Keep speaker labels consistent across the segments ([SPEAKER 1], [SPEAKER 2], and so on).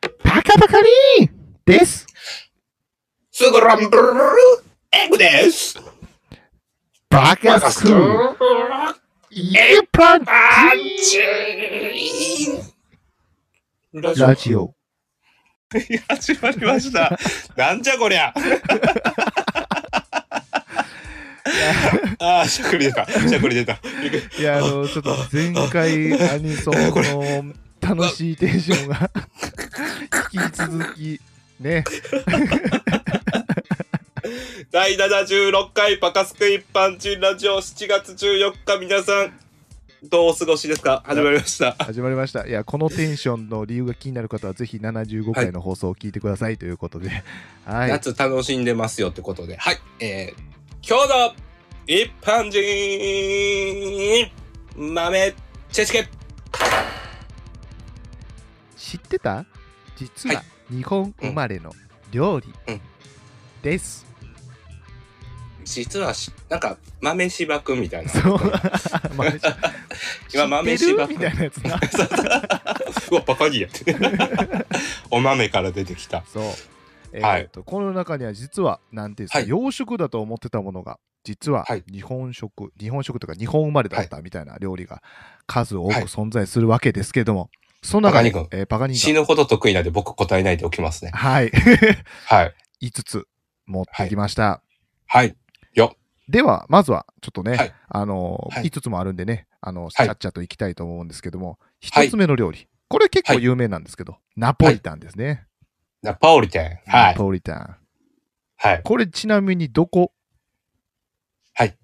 [SPEAKER 1] バカバカリーです。
[SPEAKER 2] すぐらんぶるるるエグです
[SPEAKER 1] バカスクールエイプラン
[SPEAKER 2] パンチラジオ
[SPEAKER 1] ラジオ。
[SPEAKER 2] 始まりました。 なんじゃこりゃ。 ああ、しゃくり出た。しゃくり出た。
[SPEAKER 1] いや、あの、ちょっと前回、アニソンの楽しいテンションが引き続き、ね、
[SPEAKER 2] 第76回パカスク一般人ラジオ7月14日皆さん、どうお過ごしですか始まりました。
[SPEAKER 1] 始まりました。いや、このテンションの理由が気になる方は、ぜひ75回の放送を聞いてくださいということで、はい。
[SPEAKER 2] 夏楽しんでますよってことで。はい。えー、今日の一般人豆チェチケ
[SPEAKER 1] 知ってた実は
[SPEAKER 2] は
[SPEAKER 1] 日本生まれの料理
[SPEAKER 2] うん
[SPEAKER 1] です。
[SPEAKER 2] 実はし、なんか、豆柴くんみたいな。
[SPEAKER 1] そう。
[SPEAKER 2] 今豆
[SPEAKER 1] 知って
[SPEAKER 2] 柴
[SPEAKER 1] る
[SPEAKER 2] くん
[SPEAKER 1] みたいなやつな。
[SPEAKER 2] うわ、バカにやって。お豆から出てきた。
[SPEAKER 1] そう。え
[SPEAKER 2] は
[SPEAKER 1] ー
[SPEAKER 2] い
[SPEAKER 1] とこの中には実は何ていうんですか、
[SPEAKER 2] はい
[SPEAKER 1] 洋食だと思ってたものが実は
[SPEAKER 2] はい
[SPEAKER 1] 日本食、日本食というか日本生まれだったみたいな料理が数多く存在するわけですけども、その中に
[SPEAKER 2] パカニ
[SPEAKER 1] えーパカニ
[SPEAKER 2] 死
[SPEAKER 1] ーが
[SPEAKER 2] ぬほど得意なんで僕答えないでおきますね。
[SPEAKER 1] はい
[SPEAKER 2] はい。
[SPEAKER 1] 5つ持ってきました。
[SPEAKER 2] はい。
[SPEAKER 1] では、まずはちょっとね、
[SPEAKER 2] はい
[SPEAKER 1] あのー
[SPEAKER 2] はい
[SPEAKER 1] 5つもあるんでね、あの
[SPEAKER 2] はい
[SPEAKER 1] ちゃっちゃといきたいと思うんですけども、
[SPEAKER 2] はい
[SPEAKER 1] 1つ目の料理、これ結構有名なんですけど、ナポリタンですね。
[SPEAKER 2] ナポリタン。は
[SPEAKER 1] ナ
[SPEAKER 2] い。
[SPEAKER 1] ポリタン。
[SPEAKER 2] はい。
[SPEAKER 1] これちなみにどこ
[SPEAKER 2] はい。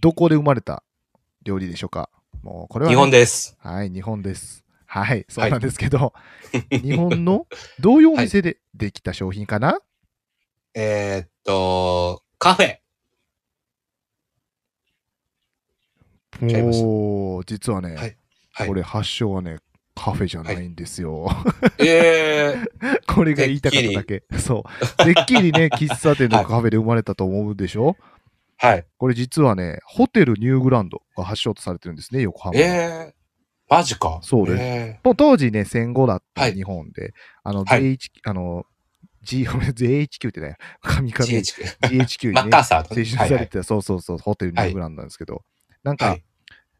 [SPEAKER 1] どこで生まれた料理でしょうかもうこれはね、
[SPEAKER 2] 日本です。
[SPEAKER 1] はい、日本です。はい、そうなんですけ ど、日本のどういうお店でできた商品かな、
[SPEAKER 2] えーっと、カフェ。違いました
[SPEAKER 1] おー実はね、
[SPEAKER 2] はいはい
[SPEAKER 1] これ発祥はね、カフェじゃないんですよ。
[SPEAKER 2] えー、
[SPEAKER 1] これが言いたかっただけ。そう。てっき りね、喫茶店のカフェで生まれたと思うでしょ、
[SPEAKER 2] はい。
[SPEAKER 1] これ実はね、ホテルニューグランドが発祥とされてるんですね、横浜の。
[SPEAKER 2] えー、マジか。
[SPEAKER 1] そうです
[SPEAKER 2] え
[SPEAKER 1] もう当時ね、戦後だった
[SPEAKER 2] はい
[SPEAKER 1] 日本で、あの、
[SPEAKER 2] はい
[SPEAKER 1] JH、あの、G、JHQ ってね、神
[SPEAKER 2] ー、
[SPEAKER 1] 々
[SPEAKER 2] GHQ。
[SPEAKER 1] GHQ に
[SPEAKER 2] マッカー
[SPEAKER 1] ね、
[SPEAKER 2] サーと
[SPEAKER 1] 青春されてた、そうそうそう、ホテルニューグランドなんですけど、なんか、
[SPEAKER 2] はい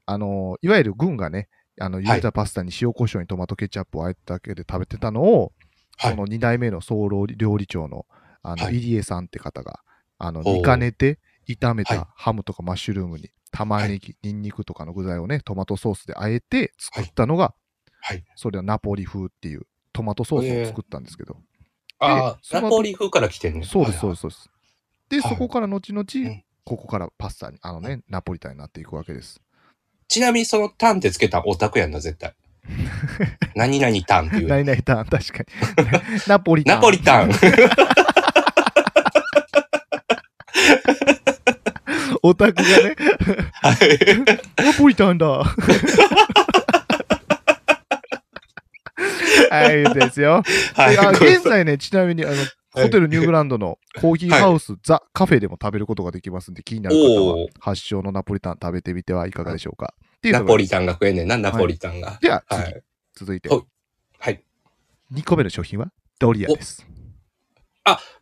[SPEAKER 1] あの、いわゆる軍がね、あの、
[SPEAKER 2] い
[SPEAKER 1] 茹でたパスタに塩コショウにトマトケチャップをあえただけで食べてたのを、
[SPEAKER 2] はい
[SPEAKER 1] その2代目の総料理料理長の、あの、
[SPEAKER 2] はい
[SPEAKER 1] 入江さんって方が、あの、
[SPEAKER 2] おー
[SPEAKER 1] 煮かねて、炒め
[SPEAKER 2] はい
[SPEAKER 1] たハムとかマッシュルームに、玉ねぎ、ニンニクとかの具材をね、トマトソースであえて作ったのが、
[SPEAKER 2] はい
[SPEAKER 1] それはナポリ風っていうトマトソースを作ったんですけど、
[SPEAKER 2] あ
[SPEAKER 1] そ
[SPEAKER 2] あ、
[SPEAKER 1] の
[SPEAKER 2] ナポリ風から来てんね。。
[SPEAKER 1] そうです、そうですす、そうです。で、
[SPEAKER 2] はい
[SPEAKER 1] そこから後々、
[SPEAKER 2] ん
[SPEAKER 1] ここからパスタに、あのね、ナポリタンになっていくわけです。
[SPEAKER 2] ちなみにそのタンってつけたらオタクやんな、絶 対。何々タンっていう。
[SPEAKER 1] ないないタン、確かに。 ナポリタン。
[SPEAKER 2] ナポリタン。
[SPEAKER 1] オタクが ね、
[SPEAKER 2] はい
[SPEAKER 1] ナポリタン だ。はい、ですよ。
[SPEAKER 2] はい
[SPEAKER 1] であ
[SPEAKER 2] ごめんな
[SPEAKER 1] 現
[SPEAKER 2] さい
[SPEAKER 1] 在ね、ちなみにあの、
[SPEAKER 2] はい
[SPEAKER 1] ホテルニューグランドのコーヒーハウス、ザ・カフェでも食べることができますんで、気になる方
[SPEAKER 2] お
[SPEAKER 1] は
[SPEAKER 2] ー、
[SPEAKER 1] 発祥のナポリタン食べてみてはいかがでしょうか。っていう
[SPEAKER 2] ナ
[SPEAKER 1] のが
[SPEAKER 2] ポリタンが食えんねんな、ナポリタンが。
[SPEAKER 1] では、
[SPEAKER 2] は
[SPEAKER 1] 次、
[SPEAKER 2] い。
[SPEAKER 1] 続いて、
[SPEAKER 2] ほいはい。
[SPEAKER 1] 2個目の商品はドリアです。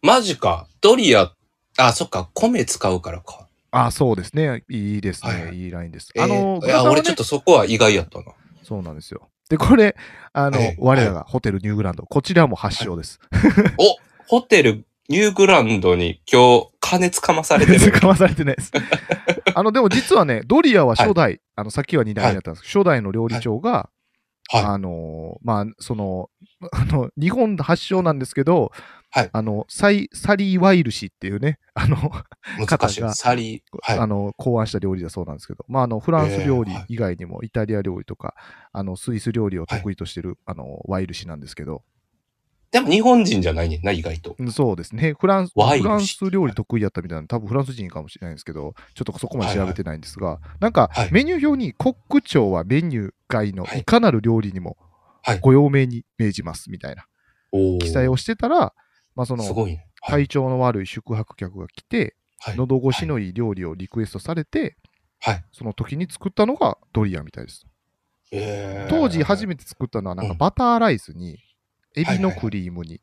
[SPEAKER 2] マジか。ドリア、あ、そっか、米使うからか。
[SPEAKER 1] あ、そうですね。いいですね。
[SPEAKER 2] はい
[SPEAKER 1] い、
[SPEAKER 2] はい
[SPEAKER 1] ラインです。
[SPEAKER 2] えー
[SPEAKER 1] あの、
[SPEAKER 2] い
[SPEAKER 1] グラ
[SPEAKER 2] や、
[SPEAKER 1] タンはね
[SPEAKER 2] 俺ちょっとそこは意外やったな。
[SPEAKER 1] そうなんですよ。で、これ、あの、
[SPEAKER 2] はい
[SPEAKER 1] 我らがホテルニューグランド、こちらも発祥です。
[SPEAKER 2] お、ホテル、ニューグランドに今日、金つかま されて
[SPEAKER 1] 全然
[SPEAKER 2] る。
[SPEAKER 1] かまされてない です。あの、でも実はね、ドリアは初代、あの、さっきは2代目だったんですけど、初代の料理長が、
[SPEAKER 2] はい
[SPEAKER 1] あのーまあ、その、 あの、日本発祥なんですけど、
[SPEAKER 2] はい
[SPEAKER 1] あの、サイ、サリー・ワイル氏っていうね、あの、
[SPEAKER 2] 難
[SPEAKER 1] 肩
[SPEAKER 2] し
[SPEAKER 1] が
[SPEAKER 2] い。サリー。
[SPEAKER 1] あ
[SPEAKER 2] は
[SPEAKER 1] の考案した料理だそうなんですけど、まあ、あのフランス料理
[SPEAKER 2] えーはい
[SPEAKER 1] 以外にもイタリア料理とか、あのスイス料理を得意としてる、あのワイル氏なんですけど、
[SPEAKER 2] い。でも日本人じゃないねんな、意外と。
[SPEAKER 1] うんそうですねフランス、
[SPEAKER 2] ワイ
[SPEAKER 1] フ
[SPEAKER 2] ル氏
[SPEAKER 1] ランス料理得意やったみたいな、多分フランス人かもしれないんですけど、ちょっとそこまで調べてないんですが、なんか
[SPEAKER 2] はい
[SPEAKER 1] メニュー表に、コック長はメニュー外の
[SPEAKER 2] はい
[SPEAKER 1] いかなる料理にも
[SPEAKER 2] はい
[SPEAKER 1] ご用命に命じますみたいな
[SPEAKER 2] お
[SPEAKER 1] 記載
[SPEAKER 2] ー。
[SPEAKER 1] をしてたら、まあ、その
[SPEAKER 2] すごいね。はい。
[SPEAKER 1] 体調の悪い宿泊客が来て、
[SPEAKER 2] はい
[SPEAKER 1] 喉越しのいい料理をリクエストされて、
[SPEAKER 2] はい
[SPEAKER 1] その時に作ったのがドリアみたいです。
[SPEAKER 2] えー
[SPEAKER 1] 当時初めて作ったのはなんか
[SPEAKER 2] うん
[SPEAKER 1] バターライスにエビのクリームに、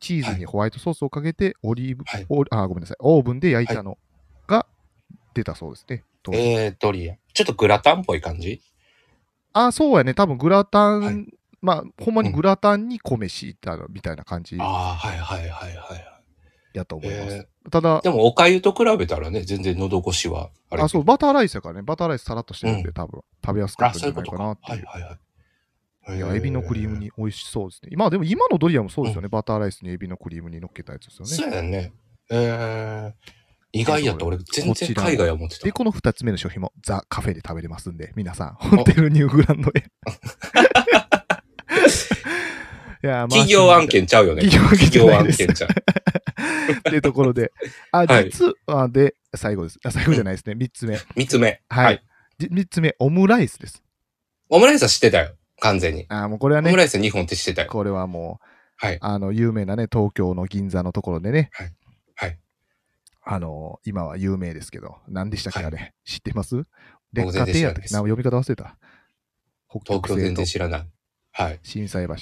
[SPEAKER 1] チーズにホワイトソースをかけて、オリーブ、
[SPEAKER 2] はい
[SPEAKER 1] オーあ、ごめんなさい、オーブンで焼いたのが出たそうですね。当時
[SPEAKER 2] えー、ドリア。ちょっとグラタンっぽい感じ
[SPEAKER 1] あ、そうやね、多分グラタン、
[SPEAKER 2] はい
[SPEAKER 1] まあ、ほんまに
[SPEAKER 2] うん
[SPEAKER 1] グラタンに米敷いたみたいな感じ
[SPEAKER 2] ああ、はいはいはいはい。
[SPEAKER 1] やと思います。
[SPEAKER 2] え
[SPEAKER 1] ただ
[SPEAKER 2] ー、でもお粥と比べたらね、全然喉越しはあれ。
[SPEAKER 1] あ、そう、バターライスやからね、バターライスさらっとしてるんで、
[SPEAKER 2] う
[SPEAKER 1] 多分食べやすかっ
[SPEAKER 2] あ
[SPEAKER 1] たんじ
[SPEAKER 2] そうい
[SPEAKER 1] ゃ
[SPEAKER 2] うこ
[SPEAKER 1] ない
[SPEAKER 2] と
[SPEAKER 1] か
[SPEAKER 2] か。
[SPEAKER 1] なっ
[SPEAKER 2] は
[SPEAKER 1] ていう。
[SPEAKER 2] いはいはい。
[SPEAKER 1] いや、エビのクリームに美味しそうですね。まあでも今のドリアもそうですよね。バターライスにエビのクリームに乗っけたやつですよね。
[SPEAKER 2] そうやね。えー、意外やった。俺、全然海外は持ってた
[SPEAKER 1] で、。この2つ目の商品もザ・カフェで食べれますんで、皆さん、ホテルニューグラン ドへ。いや、まあ
[SPEAKER 2] 企業案。件ちゃうよね。
[SPEAKER 1] 企業案件
[SPEAKER 2] 企
[SPEAKER 1] じゃ
[SPEAKER 2] 業
[SPEAKER 1] ない
[SPEAKER 2] 案
[SPEAKER 1] です
[SPEAKER 2] 件ちゃう。
[SPEAKER 1] っていうところで。あ、
[SPEAKER 2] はい
[SPEAKER 1] 実はで、最後です。あ、最後じゃないですね。3つ目。
[SPEAKER 2] 三つ目。
[SPEAKER 1] は。い。じ三3つ目、オムライスです。
[SPEAKER 2] オムライスは知ってたよ。完全に。
[SPEAKER 1] あー、もうこれ
[SPEAKER 2] オ
[SPEAKER 1] は
[SPEAKER 2] ム
[SPEAKER 1] ね、
[SPEAKER 2] ライス2本って知ってたよ。
[SPEAKER 1] これはもう、
[SPEAKER 2] はい
[SPEAKER 1] あの、有名なね、東京の銀座のところでね、
[SPEAKER 2] はいはい
[SPEAKER 1] あのー今は有名ですけど、何でしたっけ、
[SPEAKER 2] はい
[SPEAKER 1] あれ、知ってます
[SPEAKER 2] 僕
[SPEAKER 1] 劣
[SPEAKER 2] 全
[SPEAKER 1] 化
[SPEAKER 2] 然知
[SPEAKER 1] 亭
[SPEAKER 2] ら
[SPEAKER 1] やっ
[SPEAKER 2] ない
[SPEAKER 1] て
[SPEAKER 2] で、す
[SPEAKER 1] 名呼び方忘れた。北
[SPEAKER 2] 東
[SPEAKER 1] 極
[SPEAKER 2] 京
[SPEAKER 1] 星
[SPEAKER 2] 全
[SPEAKER 1] と
[SPEAKER 2] 然知らない。はい。
[SPEAKER 1] 震災橋の。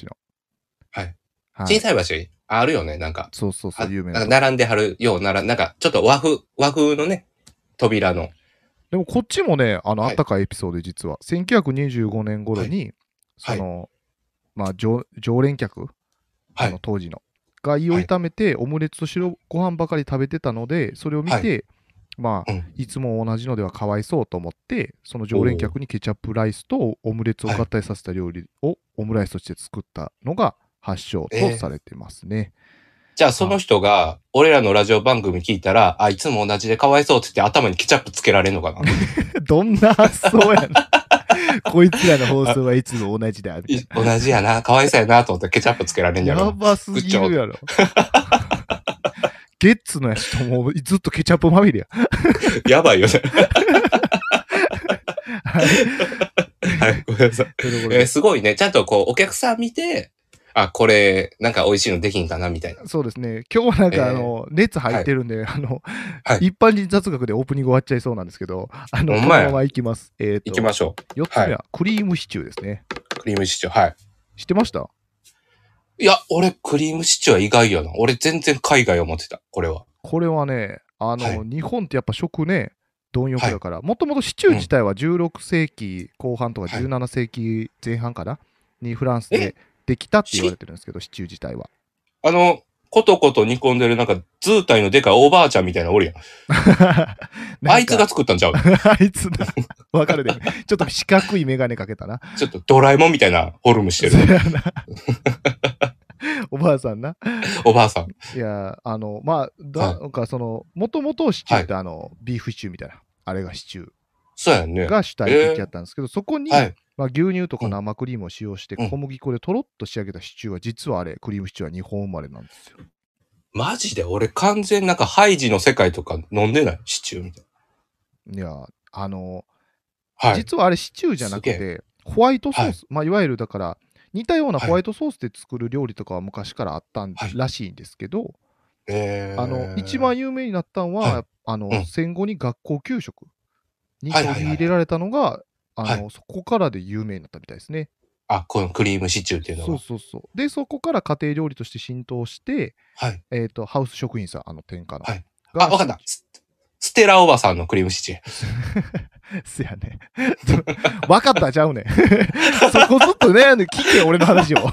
[SPEAKER 2] はい。
[SPEAKER 1] は
[SPEAKER 2] 小
[SPEAKER 1] い、
[SPEAKER 2] さい橋あるよね、なんか。
[SPEAKER 1] そうそうそ
[SPEAKER 2] あ
[SPEAKER 1] う、有名
[SPEAKER 2] な
[SPEAKER 1] なん
[SPEAKER 2] か並んではるようなら、なんかちょっと和風、和風のね、扉の。
[SPEAKER 1] でもこっちもね、あの、
[SPEAKER 2] はい
[SPEAKER 1] あったかいエピソードで実は、1925年頃に、その、まあ常、常連客、
[SPEAKER 2] は
[SPEAKER 1] あの
[SPEAKER 2] い。
[SPEAKER 1] 当時の。が胃を痛めて、オムレツと白ご飯ばかり食べてたので、それを見て、まあ、
[SPEAKER 2] うん
[SPEAKER 1] いつも同じのではかわいそうと思って、その常連客にケチャップライスとオムレツを合体させた料理をオムライスとして作ったのが発祥とされてますね。
[SPEAKER 2] じゃあその人が、俺らのラジオ番組聞いたら、あ、いつも同じでかわいそうって言って頭にケチャップつけられるのかな
[SPEAKER 1] どんな発想やな。 こいつらの放送はいつも同じだ。みたい
[SPEAKER 2] い同じやな、かわいそうやなと思ってケチャップつけられん
[SPEAKER 1] な
[SPEAKER 2] や
[SPEAKER 1] や
[SPEAKER 2] ろ。
[SPEAKER 1] ばすぎる やろ。ゲッツのやつともうずっとケチャップまみれや。
[SPEAKER 2] やばいよね。
[SPEAKER 1] はい
[SPEAKER 2] はい、ごめんなさい。
[SPEAKER 1] というところ
[SPEAKER 2] え
[SPEAKER 1] で
[SPEAKER 2] ーすごいね。ちゃんとこう、お客さん見て、あ、これ、なんか美味しいのできんかな、みたいな。
[SPEAKER 1] そうですね、今日はなん
[SPEAKER 2] え
[SPEAKER 1] か
[SPEAKER 2] ー
[SPEAKER 1] あの、熱入ってるんで、あの
[SPEAKER 2] はい
[SPEAKER 1] 一般人雑学でオープニング終わっちゃいそうなんですけど、あの
[SPEAKER 2] ほ
[SPEAKER 1] こ
[SPEAKER 2] ん
[SPEAKER 1] の
[SPEAKER 2] まや
[SPEAKER 1] ままいきます。えー、
[SPEAKER 2] 行
[SPEAKER 1] と
[SPEAKER 2] きましょ
[SPEAKER 1] 4つ目はクリームシチューですね。
[SPEAKER 2] う。クリームシチュー。はい。
[SPEAKER 1] 知ってました
[SPEAKER 2] いや、俺、クリームシチューは意外よな。俺、全然海外を持ってた、これは。
[SPEAKER 1] これはねあの、
[SPEAKER 2] はい
[SPEAKER 1] 日本ってやっぱ食ね、貪欲だから、もともとシチュー自体は16世紀後半とか
[SPEAKER 2] はい
[SPEAKER 1] 17世紀前半かな、にフランスでできたって言われてるんですけど、シチュー自体は。
[SPEAKER 2] あの、ことこと煮込んでる、なんか、図ー体のでかいおばあちゃんみたいなのおるやん。
[SPEAKER 1] なんか
[SPEAKER 2] あいつが作ったんちゃう
[SPEAKER 1] あいつだ。わかるで、ちょっと四角い眼鏡かけたな。
[SPEAKER 2] ちょっとドラえもんみたいなフォルムしてる。
[SPEAKER 1] そうやな おばあさんな。
[SPEAKER 2] おばあさん。
[SPEAKER 1] いや、あの、まあ、
[SPEAKER 2] は
[SPEAKER 1] だ
[SPEAKER 2] い
[SPEAKER 1] なんかその、もともとシチューって、あの、ビーフシチューみたいな、あれがシチュ
[SPEAKER 2] そうやんね
[SPEAKER 1] ー。が主体的やったんですけど、そこに、
[SPEAKER 2] はい。
[SPEAKER 1] まあ、牛乳とか生クリームを使用して、
[SPEAKER 2] うん
[SPEAKER 1] 小麦粉でとろっと仕上げたシチューは、実はあれ、クリームシチューは日本生まれなんですよ。
[SPEAKER 2] マジで俺、完全なんか、ハイジの世界とか飲んでないシチューみたい
[SPEAKER 1] いや、あの、
[SPEAKER 2] な。はい。
[SPEAKER 1] 実はあれ、シチューじゃなく
[SPEAKER 2] すげ
[SPEAKER 1] て、ホワイトソ
[SPEAKER 2] は
[SPEAKER 1] ー
[SPEAKER 2] い
[SPEAKER 1] ス、まあ、いわゆるだから、似たような
[SPEAKER 2] はい
[SPEAKER 1] ホワイトソースで作る料理とかは昔からあったん
[SPEAKER 2] はい
[SPEAKER 1] らしいんですけど、
[SPEAKER 2] えー
[SPEAKER 1] あの一番有名になったのは、
[SPEAKER 2] は
[SPEAKER 1] あの
[SPEAKER 2] うん
[SPEAKER 1] 戦後に学校給食に
[SPEAKER 2] はい
[SPEAKER 1] 取
[SPEAKER 2] はいはい
[SPEAKER 1] り入れられたのが、あのそこからで有名になったみたいですね。
[SPEAKER 2] あ、このクリームシチューっていうの
[SPEAKER 1] そう
[SPEAKER 2] は。
[SPEAKER 1] そうそう。で、そこから家庭料理として浸透して、
[SPEAKER 2] はい。
[SPEAKER 1] えー、とハウス食品さん、あの天下の。
[SPEAKER 2] はい
[SPEAKER 1] が
[SPEAKER 2] あ、わかった。。スステラおばさんのクリームシチュー。
[SPEAKER 1] すやね。 わかった、ちゃうねん。 そこずっとね、聞け、俺の話 を。
[SPEAKER 2] ごめん、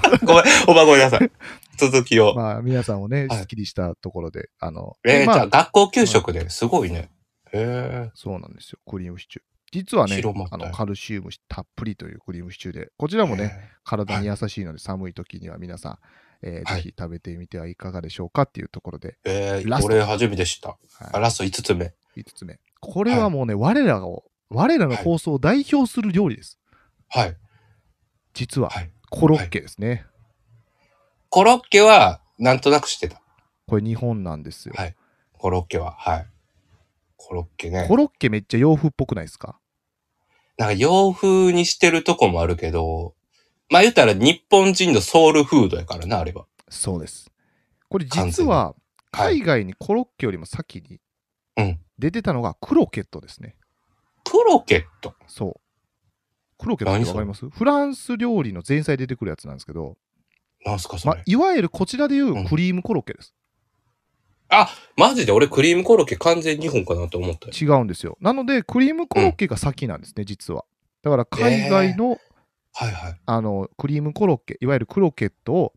[SPEAKER 2] おばごめん なさい。続きを。
[SPEAKER 1] まあ、皆さんをね、
[SPEAKER 2] はい
[SPEAKER 1] すっきりしたところで、あの、
[SPEAKER 2] えー
[SPEAKER 1] ま
[SPEAKER 2] じゃ
[SPEAKER 1] あ
[SPEAKER 2] あ、、学校給食ですごいね。へ
[SPEAKER 1] そうなんですよ、クリームシチュー。実はね
[SPEAKER 2] 広まっ、た
[SPEAKER 1] あ
[SPEAKER 2] よ
[SPEAKER 1] のカルシウムたっぷりというクリームシチューで、こち
[SPEAKER 2] え。
[SPEAKER 1] らもね、
[SPEAKER 2] え
[SPEAKER 1] 体に優しいので、寒い時には皆さん、えー
[SPEAKER 2] はい
[SPEAKER 1] ぜひ食べてみてはいかがでしょうかっていうところで、
[SPEAKER 2] えー
[SPEAKER 1] ラスト
[SPEAKER 2] 俺初めて知った。あ
[SPEAKER 1] は
[SPEAKER 2] ラスト5つ目。
[SPEAKER 1] い、5つ目。これはもうね、我らを、我らの放送を代表する料理です。
[SPEAKER 2] はい。
[SPEAKER 1] 実は
[SPEAKER 2] はい、
[SPEAKER 1] コロッケですね。
[SPEAKER 2] コロッケは、なんとなく知ってた。
[SPEAKER 1] これ日本なんですよ。
[SPEAKER 2] はいコロッケは。はい。コロッケね
[SPEAKER 1] コ。ロッケめっちゃ洋風っぽくないですか
[SPEAKER 2] なんか洋風にしてるとこもあるけど、まあ言ったら日本人のソウルフードやからな、あれは。
[SPEAKER 1] そうです。これ
[SPEAKER 2] 完
[SPEAKER 1] 実
[SPEAKER 2] 全に
[SPEAKER 1] は、
[SPEAKER 2] は
[SPEAKER 1] 海
[SPEAKER 2] い。
[SPEAKER 1] 外にコロッケよりも先に
[SPEAKER 2] うん
[SPEAKER 1] 出てたのがクロケットですね。
[SPEAKER 2] クロケット。
[SPEAKER 1] そう。クロケットってわかりますフランス料理の前菜出てくるやつなんですけど、
[SPEAKER 2] なんすか、そ
[SPEAKER 1] ま
[SPEAKER 2] れ。
[SPEAKER 1] いわゆるこちらでいううんクリームコロッケです。
[SPEAKER 2] マジで俺クリームコロッケ完全日本かなと思ったよ。
[SPEAKER 1] 違うんですよ。なので、クリームコロッケが先なんですね、実は。だから、海外の,、
[SPEAKER 2] はいはい。
[SPEAKER 1] あのクリームコロッケ、いわゆるクロケットを、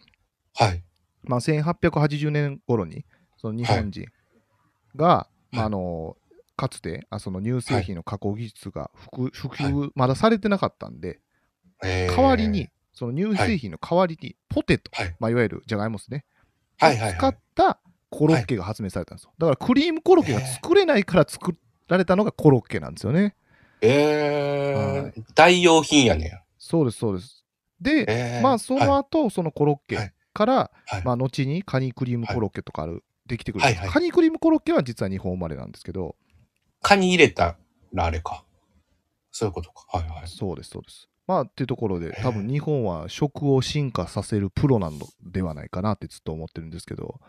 [SPEAKER 2] はい。
[SPEAKER 1] まあ、1880年頃に、その日本人が、
[SPEAKER 2] い
[SPEAKER 1] まあ、あのかつてあその乳製品の加工技術が普及、普及まだされてなかったんで、
[SPEAKER 2] えー
[SPEAKER 1] 代わりに、、その乳製品の代わりに、ポテト、
[SPEAKER 2] はい
[SPEAKER 1] まあ、いわゆるじゃがいもですね、
[SPEAKER 2] はいはい、
[SPEAKER 1] 使
[SPEAKER 2] は
[SPEAKER 1] っ
[SPEAKER 2] い。
[SPEAKER 1] たコロッケが発明されたんですよ。だからクリームコロッケが作れないから作られたのがコロッケなんですよね。
[SPEAKER 2] えー
[SPEAKER 1] は
[SPEAKER 2] 代用品やねん。
[SPEAKER 1] そうです、そうです。で、
[SPEAKER 2] えー、
[SPEAKER 1] まあその
[SPEAKER 2] はい
[SPEAKER 1] 後、そのコロッケから、
[SPEAKER 2] はい
[SPEAKER 1] まあ後にカニクリームコロッケとかある、できてくるんです、
[SPEAKER 2] はいはい
[SPEAKER 1] カニクリームコロッケは実は日本生まれなんですけど、
[SPEAKER 2] カニ入れたらあれか。そういうことか。はいはい。
[SPEAKER 1] そうです、そうです。まあっていうところで
[SPEAKER 2] へ、ー
[SPEAKER 1] 多分日本は食を進化させるプロなのではないかなってずっと思ってるんですけど、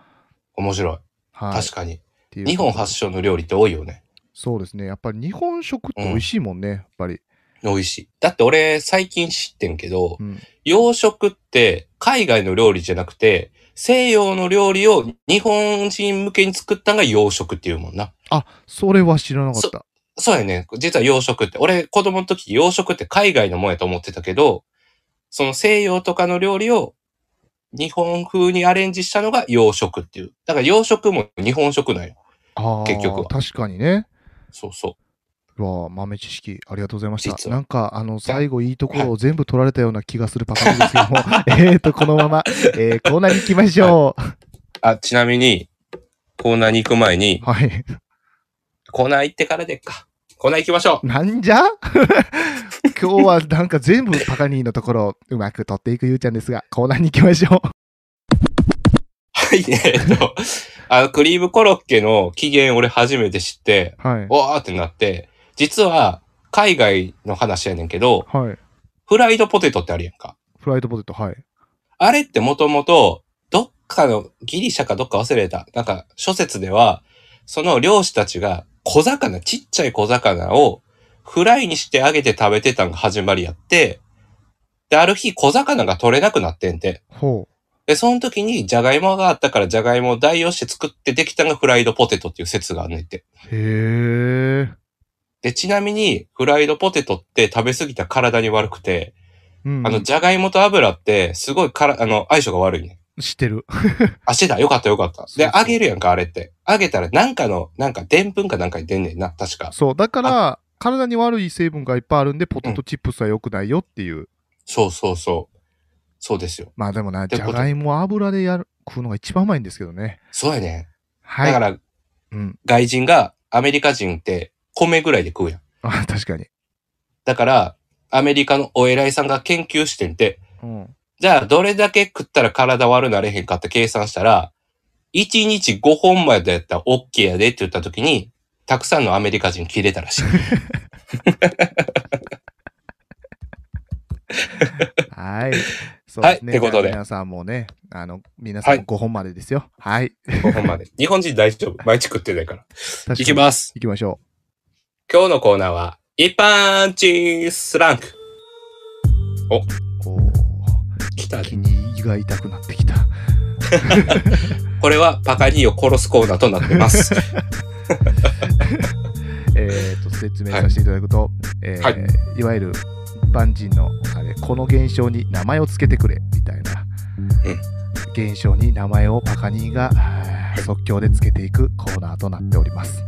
[SPEAKER 2] 面白い。
[SPEAKER 1] はい、
[SPEAKER 2] 確かに。
[SPEAKER 1] っていう
[SPEAKER 2] 日本発祥の料理って多いよね。
[SPEAKER 1] そうですね、やっぱり日本食って美味しいもんね、やっぱり。
[SPEAKER 2] 美味しい。だって俺最近知ってんけど、
[SPEAKER 1] うん
[SPEAKER 2] 洋食って海外の料理じゃなくて、西洋の料理を日本人向けに作ったのが洋食っていうもんな。
[SPEAKER 1] あそれは知らなかった。
[SPEAKER 2] そうやね。実は洋食って。俺子供の時洋食って海外のもんやと思ってたけど、その西洋とかの料理を日本風にアレンジしたのが洋食っていう。だから洋食も日本食なんよ。
[SPEAKER 1] あー
[SPEAKER 2] 結局は
[SPEAKER 1] 確かにね。
[SPEAKER 2] そうそう。
[SPEAKER 1] うわあ豆知識ありがとうございまし
[SPEAKER 2] 実
[SPEAKER 1] た。
[SPEAKER 2] は
[SPEAKER 1] なんかあの最後いいところを全部取られたような気がするパカリですけども、 えーとこのまま、えーコーナーに行きましょう。
[SPEAKER 2] あ、ちなみに、コーナーに行く前に、
[SPEAKER 1] はい。
[SPEAKER 2] コーナー行ってからでっか。コーナー行きましょう。
[SPEAKER 1] なんじゃ 今日はなんか全部パカニーのところをうまく取っていくゆうちゃんですが、コーナーに行きましょう。
[SPEAKER 2] はい、 えっと、あの、クリームコロッケの起源俺初めて知って、
[SPEAKER 1] はい。
[SPEAKER 2] おーってなって、実は海外の話やねんけど、
[SPEAKER 1] はい。
[SPEAKER 2] フライドポテトってあるやんか。
[SPEAKER 1] フライドポテト、はい。
[SPEAKER 2] あれってもともと、どっかのギリシャかどっか忘れた。なんか、諸説では、その漁師たちが小魚、ちっちゃい小魚をフライにして揚げて食べてたのが始まりやって、で、ある日小魚が取れなくなってんて。
[SPEAKER 1] ほ
[SPEAKER 2] で、その時にジャガイモがあったからジャガイモを代用して作ってできたのがフライドポテトっていう説があんねんて。
[SPEAKER 1] う。へえ。
[SPEAKER 2] で、ちなみにフライドポテトって食べ過ぎたら体に悪くて、
[SPEAKER 1] うん。
[SPEAKER 2] あの、ジャガイモと油ってすごいから、あの、相性が悪いね。
[SPEAKER 1] 知ってる。
[SPEAKER 2] あ、してた。よかったよかった。
[SPEAKER 1] そう
[SPEAKER 2] で、
[SPEAKER 1] そう
[SPEAKER 2] 揚げるやんか、あれって。揚げたらなんかの、なんかでんぷんかなんかに出んねんな、確か。
[SPEAKER 1] そう。だから、体に悪い成分がいっぱいあるんで、ポテトチップスは良くないよっていう。
[SPEAKER 2] そうそうそう。そうですよ。
[SPEAKER 1] まあでもな、
[SPEAKER 2] て
[SPEAKER 1] じ
[SPEAKER 2] こ
[SPEAKER 1] ゃ
[SPEAKER 2] と
[SPEAKER 1] がいも油でやる食うのが一番うまいんですけどね。
[SPEAKER 2] そうやねん。
[SPEAKER 1] は
[SPEAKER 2] だ
[SPEAKER 1] い。
[SPEAKER 2] から、
[SPEAKER 1] うん。
[SPEAKER 2] 外人が、アメリカ人って米ぐらいで食うやん。
[SPEAKER 1] あ、確かに。
[SPEAKER 2] だから、アメリカのお偉いさんが研究してんて、
[SPEAKER 1] うん。
[SPEAKER 2] じゃあ、どれだけ食ったら体悪なれへんかって計算したら、1日5本までやったら OK やでって言った時に、たくさんのアメリカ人切れたらしい。
[SPEAKER 1] はい。そう
[SPEAKER 2] はい
[SPEAKER 1] ですね。
[SPEAKER 2] ってこと
[SPEAKER 1] じ
[SPEAKER 2] で
[SPEAKER 1] ゃあ皆さんもね、あの、皆さん
[SPEAKER 2] は
[SPEAKER 1] も5本までですよ。はい。
[SPEAKER 2] 5本まで。日本人大丈夫。毎日食ってないから。
[SPEAKER 1] 行
[SPEAKER 2] いきます。
[SPEAKER 1] す。行きましょ
[SPEAKER 2] 今日のコーナーは、一般人スランク。
[SPEAKER 1] う。おー
[SPEAKER 2] 来た
[SPEAKER 1] 気
[SPEAKER 2] で。
[SPEAKER 1] に胃が痛くなってきた。
[SPEAKER 2] これはパカニーを殺すコーナーとなってます。
[SPEAKER 1] えっと、説明させていただくと、えー、
[SPEAKER 2] はい
[SPEAKER 1] わゆる一般人の、あれ、この現象に名前をつけてくれ、みたいな。現象に名前をパカニーがあー即興でつけていくコーナーとなっております。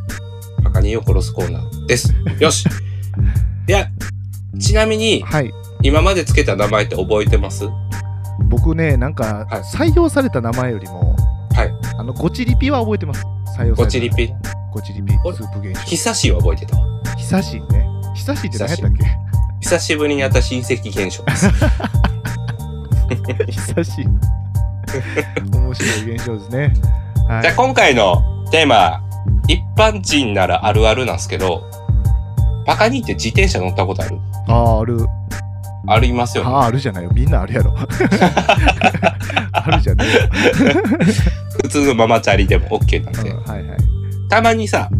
[SPEAKER 2] パカニーを殺すコーナーです。よし。いや、ちなみに、
[SPEAKER 1] はい。
[SPEAKER 2] 今までつけた名前って覚えてます
[SPEAKER 1] 僕ねなんか
[SPEAKER 2] はい
[SPEAKER 1] 採用された名前よりも、
[SPEAKER 2] はい
[SPEAKER 1] あのゴチリピは覚えてます採用された
[SPEAKER 2] ゴチリピ。
[SPEAKER 1] ゴチリピ
[SPEAKER 2] お
[SPEAKER 1] スープ現象
[SPEAKER 2] 久しは覚えてたわ。
[SPEAKER 1] 久しいね久しいって何やったっけ
[SPEAKER 2] 久しぶりに会った親戚現象です。
[SPEAKER 1] 久 しい面白い現象ですねはい
[SPEAKER 2] じゃあ今回のテーマ、一般人ならあるあるなんですけど、パカニーって自転車乗ったことある
[SPEAKER 1] あーある
[SPEAKER 2] ありますよね。
[SPEAKER 1] あーあるじゃないよみんなあるや ろあるじゃね
[SPEAKER 2] 普通のママチャリでも OK なん
[SPEAKER 1] え
[SPEAKER 2] で。
[SPEAKER 1] よ、うん、はいはい
[SPEAKER 2] たまにさ、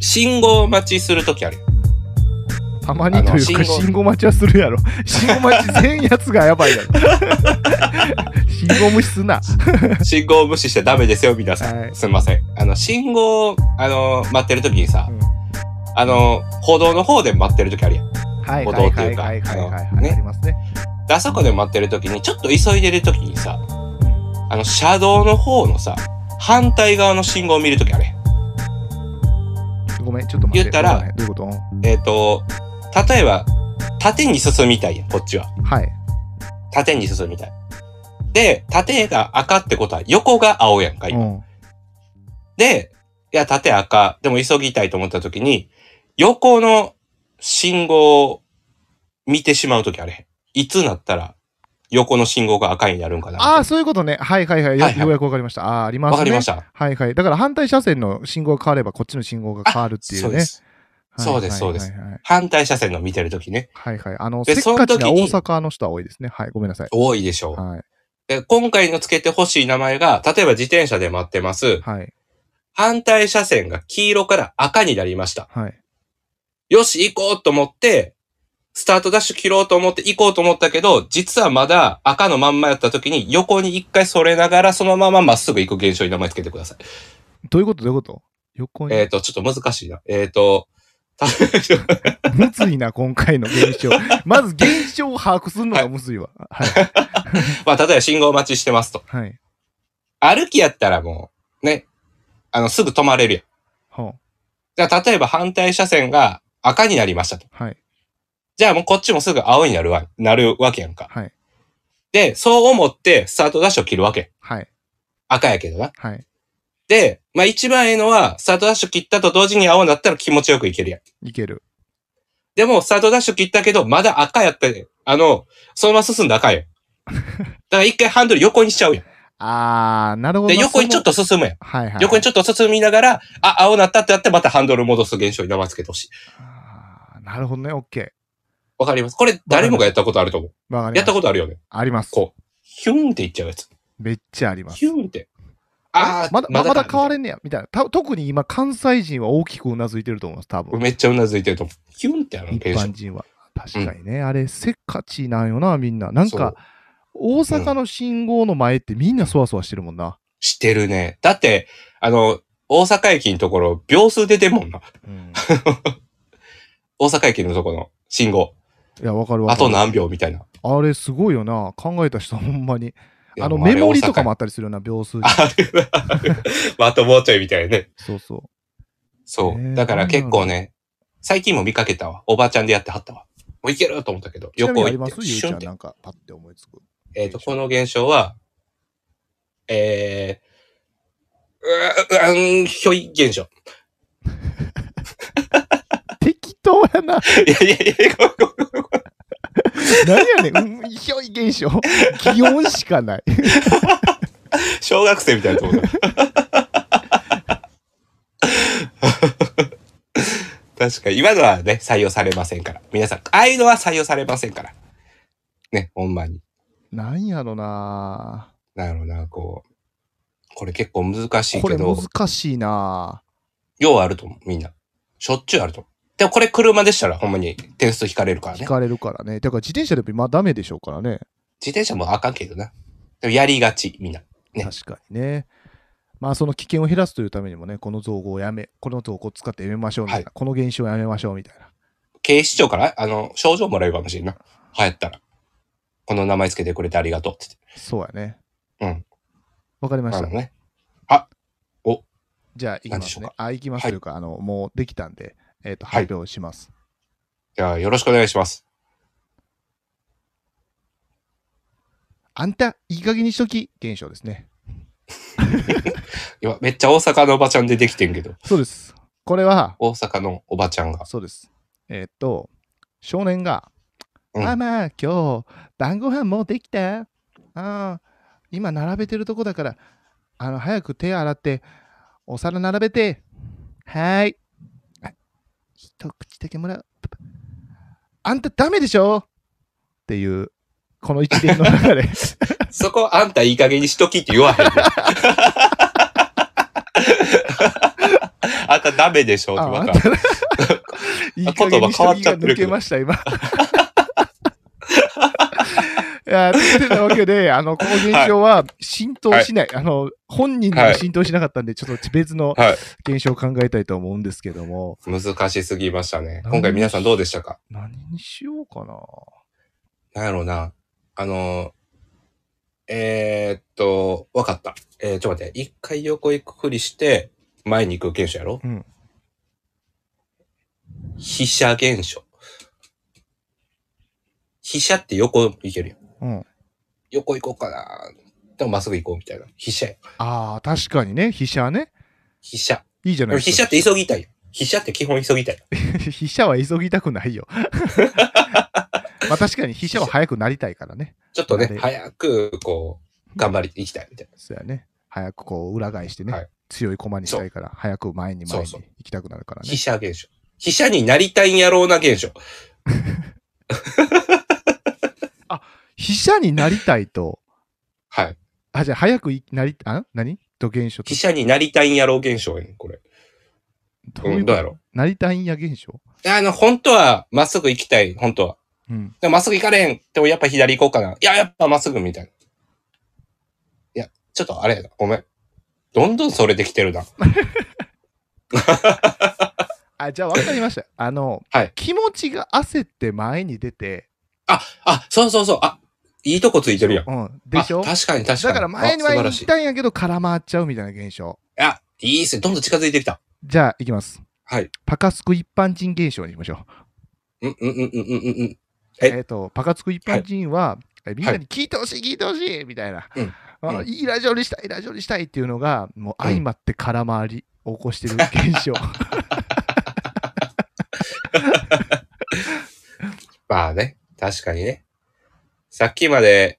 [SPEAKER 2] 信号待ちするときあるよ。
[SPEAKER 1] たまにという
[SPEAKER 2] あ
[SPEAKER 1] か
[SPEAKER 2] の信号
[SPEAKER 1] 信号待ちはするやろ信号待ち全やつがやばいや ろ信号無視すな
[SPEAKER 2] 信号を無視しちゃダメですよ、皆さん。
[SPEAKER 1] はい
[SPEAKER 2] すみません。あの、信号を、あの、待ってる時にさ、
[SPEAKER 1] うん
[SPEAKER 2] あの、歩道の方で待ってる時あるやん。で
[SPEAKER 1] はい
[SPEAKER 2] 歩
[SPEAKER 1] はい
[SPEAKER 2] 道と
[SPEAKER 1] は
[SPEAKER 2] いう
[SPEAKER 1] い
[SPEAKER 2] か
[SPEAKER 1] はいはいはい
[SPEAKER 2] あの
[SPEAKER 1] はい
[SPEAKER 2] ね
[SPEAKER 1] ありますね
[SPEAKER 2] あそこで待ってる時に、ちょっと急いでる時にさ、
[SPEAKER 1] うん
[SPEAKER 2] あの、車道の方のさ、反対側の信号を見る時あるやん。
[SPEAKER 1] ごめんちょっと待って
[SPEAKER 2] 言ったら
[SPEAKER 1] ごめんどういうこと
[SPEAKER 2] えっ、と、例えば、縦に進みたいやん、こっちは。
[SPEAKER 1] はい
[SPEAKER 2] 縦に進みたい。で、縦が赤ってことは横が青やんか、
[SPEAKER 1] う
[SPEAKER 2] 今。
[SPEAKER 1] ん
[SPEAKER 2] で、いや、縦赤、でも急ぎたいと思った時に、横の信号を見てしまう時あれへん。いつなったら、横の信号が赤になるんかな。
[SPEAKER 1] ああそういうことねはいはいはいよ
[SPEAKER 2] はいはい
[SPEAKER 1] ようやくわかりましたああーありますね
[SPEAKER 2] わかりました。
[SPEAKER 1] はいはいだから反対車線の信号が変わればこっちの信号が変わるってい
[SPEAKER 2] そううで
[SPEAKER 1] ね
[SPEAKER 2] す。そうですそうです
[SPEAKER 1] はいはいはい
[SPEAKER 2] 反対車線の見てる時ね。
[SPEAKER 1] はいはいあのせ
[SPEAKER 2] で
[SPEAKER 1] っかちな
[SPEAKER 2] その
[SPEAKER 1] 大
[SPEAKER 2] 時に
[SPEAKER 1] 阪の人は多いですねはいごめんなさい
[SPEAKER 2] 多いでしょう。
[SPEAKER 1] はい
[SPEAKER 2] で今回のつけてほしい名前が、例えば自転車で待ってます。
[SPEAKER 1] はい
[SPEAKER 2] 反対車線が黄色から赤になりました。
[SPEAKER 1] はい
[SPEAKER 2] よし、行こうと思って、スタートダッシュ切ろうと思って行こうと思ったけど、実はまだ赤のまんまやった時に横に一回それながらそのまままっすぐ行く現象に名前つけてください。
[SPEAKER 1] どういうことどういうこと横に
[SPEAKER 2] えっ、と、ちょっと難しいな。えっ、と、 た
[SPEAKER 1] むずいな、今回の現 象。まず現象を把握するのがむずいわ。はい。
[SPEAKER 2] まあ、例えば信号待ちしてますと。
[SPEAKER 1] はい。
[SPEAKER 2] 歩きやったらもう、ね、あの、すぐ止まれる
[SPEAKER 1] ほう
[SPEAKER 2] やん。じゃあ、例えば反対車線が赤になりましたと。
[SPEAKER 1] はい。
[SPEAKER 2] じゃあもうこっちもすぐ青になるわ、なるわけやんか。
[SPEAKER 1] はい。
[SPEAKER 2] で、そう思ってスタートダッシュを切るわけ。
[SPEAKER 1] はい。
[SPEAKER 2] 赤やけどな。
[SPEAKER 1] はい。
[SPEAKER 2] で、まあ一番ええのは、スタートダッシュ切ったと同時に青になったら気持ちよくいけるやん。
[SPEAKER 1] いける。
[SPEAKER 2] でも、スタートダッシュ切ったけど、まだ赤やったで、あの、そのまま進んだら赤 やん。だから一回ハンドル横にしちゃうやん。
[SPEAKER 1] あー、なるほど。
[SPEAKER 2] で、横にちょっ。と進むやん。
[SPEAKER 1] はいはい。
[SPEAKER 2] 横
[SPEAKER 1] ょ
[SPEAKER 2] に
[SPEAKER 1] っ
[SPEAKER 2] ちょっと進みながら、あ、青なったってやってまたハンドル戻す現象に名前つけてほしい。
[SPEAKER 1] と。なるほどね、オッケ
[SPEAKER 2] わかりますこれ誰もがやったことあると思う。
[SPEAKER 1] ー。わかり
[SPEAKER 2] や
[SPEAKER 1] ました
[SPEAKER 2] ったことあるよね。
[SPEAKER 1] あります。
[SPEAKER 2] こう、ヒュンっていっちゃうやつ。
[SPEAKER 1] めっちゃあります。
[SPEAKER 2] ヒュンって。あー、
[SPEAKER 1] まだ、まだ変われ
[SPEAKER 2] ん。
[SPEAKER 1] んねや、みたいな。た特に今、関西人は大きくうなずいてると思います、多分。
[SPEAKER 2] めっちゃうなずいてると思う。ヒュンってあの
[SPEAKER 1] 一
[SPEAKER 2] 現象
[SPEAKER 1] 般。人は。確かにね、あれ、せっかちなんよな、みんな。なん
[SPEAKER 2] そう
[SPEAKER 1] か、大阪の信号の前ってみんなそわそわしてるもんな。
[SPEAKER 2] してるね。だって、あの、大阪駅のところ、秒数出てんもんな。
[SPEAKER 1] うん、
[SPEAKER 2] 大阪駅のところの信号。
[SPEAKER 1] いや、わかるわかる。
[SPEAKER 2] あと何秒みたいな。
[SPEAKER 1] あれすごいよな。考えた人ほんまに。
[SPEAKER 2] いや
[SPEAKER 1] あの
[SPEAKER 2] もうれ
[SPEAKER 1] メモリとかもあ
[SPEAKER 2] 大阪
[SPEAKER 1] ったりするような秒数に。
[SPEAKER 2] 駅ある なまああともうちょいみたいなね。
[SPEAKER 1] そうそ
[SPEAKER 2] そ
[SPEAKER 1] へえ
[SPEAKER 2] う。だから結構ね、最近も見かけたわ。おばあちゃんでやってはったわ。もういけると思ったけど、
[SPEAKER 1] う。ちなみ
[SPEAKER 2] 横
[SPEAKER 1] にあ
[SPEAKER 2] 行
[SPEAKER 1] り
[SPEAKER 2] っ
[SPEAKER 1] ま
[SPEAKER 2] て
[SPEAKER 1] す、ゆう
[SPEAKER 2] シ
[SPEAKER 1] ち
[SPEAKER 2] ュン
[SPEAKER 1] ゃ
[SPEAKER 2] っ
[SPEAKER 1] ん
[SPEAKER 2] て
[SPEAKER 1] な。んかパッて思いつく。
[SPEAKER 2] えっ、と、この現象は、えー、うわうわん、ひょい現象。
[SPEAKER 1] 適当やな。
[SPEAKER 2] いやいやいや、ごめんごめん
[SPEAKER 1] 何やねん。うん、ひょい現象。擬音しかない。
[SPEAKER 2] 小学生みたいなと思った。確かに、今のはね、採用されませんから。皆さん、ああいうのは採用されませんから。ね、ほんまに。
[SPEAKER 1] なんやろな。
[SPEAKER 2] なるほどな、こう。これ結構難しい
[SPEAKER 1] こ
[SPEAKER 2] け
[SPEAKER 1] れ
[SPEAKER 2] ど、
[SPEAKER 1] 難しいな。
[SPEAKER 2] ようあると思う、みんな。しょっちゅうあると思う。でもこれ車でしたらほんまに点数引かれるからね。
[SPEAKER 1] 聞
[SPEAKER 2] 自
[SPEAKER 1] かれるからね。だから自転車でも今ダメでしょうからね。
[SPEAKER 2] 転車もあかんけどな。でもやりがち、みんな。ね
[SPEAKER 1] 確かにね。まあその危険を減らすというためにもね、この造語をやめ、この造語を使ってやめましょうみたいな、
[SPEAKER 2] は
[SPEAKER 1] この現象をやめましょうみたいな。
[SPEAKER 2] 警視庁から、あの、症状もらえるかもしれんな。流行ったら。この名前つけてくれてありがとうって言って。
[SPEAKER 1] そうやね。
[SPEAKER 2] うん。
[SPEAKER 1] わかりまし
[SPEAKER 2] あ
[SPEAKER 1] た
[SPEAKER 2] の。ね。
[SPEAKER 1] じゃあ、行きま
[SPEAKER 2] 何でし
[SPEAKER 1] す
[SPEAKER 2] ょう
[SPEAKER 1] ね
[SPEAKER 2] か。
[SPEAKER 1] あ、行きますと
[SPEAKER 2] はい
[SPEAKER 1] いうか、あの、もうできたんで、えっ、と、
[SPEAKER 2] はい
[SPEAKER 1] 発表します。
[SPEAKER 2] じゃあ、よろしくお願いします。
[SPEAKER 1] あんた、いい加減にしとき、現象ですね。
[SPEAKER 2] 今、めっちゃ大阪のおばちゃん出てきてんけど、
[SPEAKER 1] そうです。これは、
[SPEAKER 2] 大阪のおばちゃんが。
[SPEAKER 1] そうです。えっ、と、少年が、
[SPEAKER 2] うん
[SPEAKER 1] ママ、今日、晩ご飯もうできたああ、今並べてるとこだから、あの、早く手洗って、お皿並べて、はーい。あ一口だけもらう。あんた、ダメでしょっていう、この一連の流れ。
[SPEAKER 2] そこ、あんたいい加減にしときって言わへんで。あんたダメでしょう
[SPEAKER 1] あ
[SPEAKER 2] と
[SPEAKER 1] あ
[SPEAKER 2] か
[SPEAKER 1] ん。た らいい加減に
[SPEAKER 2] 言葉変わっ
[SPEAKER 1] 人
[SPEAKER 2] ちゃ
[SPEAKER 1] が
[SPEAKER 2] ってる
[SPEAKER 1] 抜
[SPEAKER 2] け
[SPEAKER 1] け
[SPEAKER 2] ど
[SPEAKER 1] ました、今。い や、てなわけで、あの、この現象は浸透しない。あの、本人には浸透しなかったんで、ちょっと別の
[SPEAKER 2] はい
[SPEAKER 1] 現象を考えたいと思うんですけども、
[SPEAKER 2] 難しすぎましたね。
[SPEAKER 1] 何
[SPEAKER 2] 今回皆さんどうでしたか
[SPEAKER 1] 何にしようかな。
[SPEAKER 2] なんやろうな。あのー、えー、っと、わかった。えー、ちょっと待って。一回横行くふりして、前に行く現象やろ
[SPEAKER 1] うん。
[SPEAKER 2] 飛車現象。飛車って横行けるよ。
[SPEAKER 1] うん。
[SPEAKER 2] 横行こうかな。でもまっすぐ行こうみたいな。飛車や。
[SPEAKER 1] ああ、確かにね、飛車ね。
[SPEAKER 2] 飛車。
[SPEAKER 1] いいじゃ
[SPEAKER 2] で
[SPEAKER 1] ない
[SPEAKER 2] も
[SPEAKER 1] です
[SPEAKER 2] 飛
[SPEAKER 1] か
[SPEAKER 2] 車って急ぎたいよ。飛車って基本急ぎたい。
[SPEAKER 1] 飛車は急ぎたくないよ。 まあ確かに飛車は早くなりたいからね。
[SPEAKER 2] ちょっと
[SPEAKER 1] な
[SPEAKER 2] ね、
[SPEAKER 1] る
[SPEAKER 2] 早く、こう、頑張り、行きたいみたい
[SPEAKER 1] そうやね。早くこう裏返してね、
[SPEAKER 2] はい
[SPEAKER 1] 強い駒にしたいから、早く前に前に
[SPEAKER 2] そう
[SPEAKER 1] 行
[SPEAKER 2] そ
[SPEAKER 1] きたくなるから
[SPEAKER 2] な。
[SPEAKER 1] ね。
[SPEAKER 2] 飛車現象。飛車になりたいんやろうな現象。
[SPEAKER 1] 飛車になりたいと、
[SPEAKER 2] はい。
[SPEAKER 1] あ、じゃあ早くいなり、あ何と現象と
[SPEAKER 2] 飛。車になりたいんやろう現象やねん、これ。
[SPEAKER 1] ど
[SPEAKER 2] うん、
[SPEAKER 1] こ
[SPEAKER 2] どう
[SPEAKER 1] と
[SPEAKER 2] やろ
[SPEAKER 1] なりたいんや現象
[SPEAKER 2] う。あの、本当は、まっすぐ行きたい、本当は。
[SPEAKER 1] うん。
[SPEAKER 2] でもまっすぐ行かれへん。でもやっぱ左行こうかな。いや、やっぱまっすぐみたいな。いや、ちょっとあれやな。ごめん。どんどんそれできてるな。
[SPEAKER 1] あ、じゃあ分かりました。あの、
[SPEAKER 2] はい
[SPEAKER 1] 気持ちが焦って前に出て、
[SPEAKER 2] あ、そうそうそう。あ、いいとこついてるやん。
[SPEAKER 1] うん。でしょ
[SPEAKER 2] あ確かに確か
[SPEAKER 1] だ
[SPEAKER 2] に。
[SPEAKER 1] から前に前に
[SPEAKER 2] あ
[SPEAKER 1] 行
[SPEAKER 2] 素晴らしい。
[SPEAKER 1] き
[SPEAKER 2] い
[SPEAKER 1] たいんやけど空回っちゃうみたいな現象。
[SPEAKER 2] や、いいっすね。どんどん近づいてきた。
[SPEAKER 1] じゃあ行きます。
[SPEAKER 2] はい。
[SPEAKER 1] パカスク一般人現象にしましょう。
[SPEAKER 2] うん、うん、うん、うん、うんうん。
[SPEAKER 1] え
[SPEAKER 2] え
[SPEAKER 1] っと、パカツク一般人は、えみんなに聞いてほしい、聞いてほしいみたいな、
[SPEAKER 2] うん
[SPEAKER 1] あ
[SPEAKER 2] うん
[SPEAKER 1] いいラジオにしたい、ラジオにしたいっていうのが、もう
[SPEAKER 2] うん
[SPEAKER 1] 相まって空回りを起こしてる現 象。
[SPEAKER 2] まあね。確かにね。さっきまで、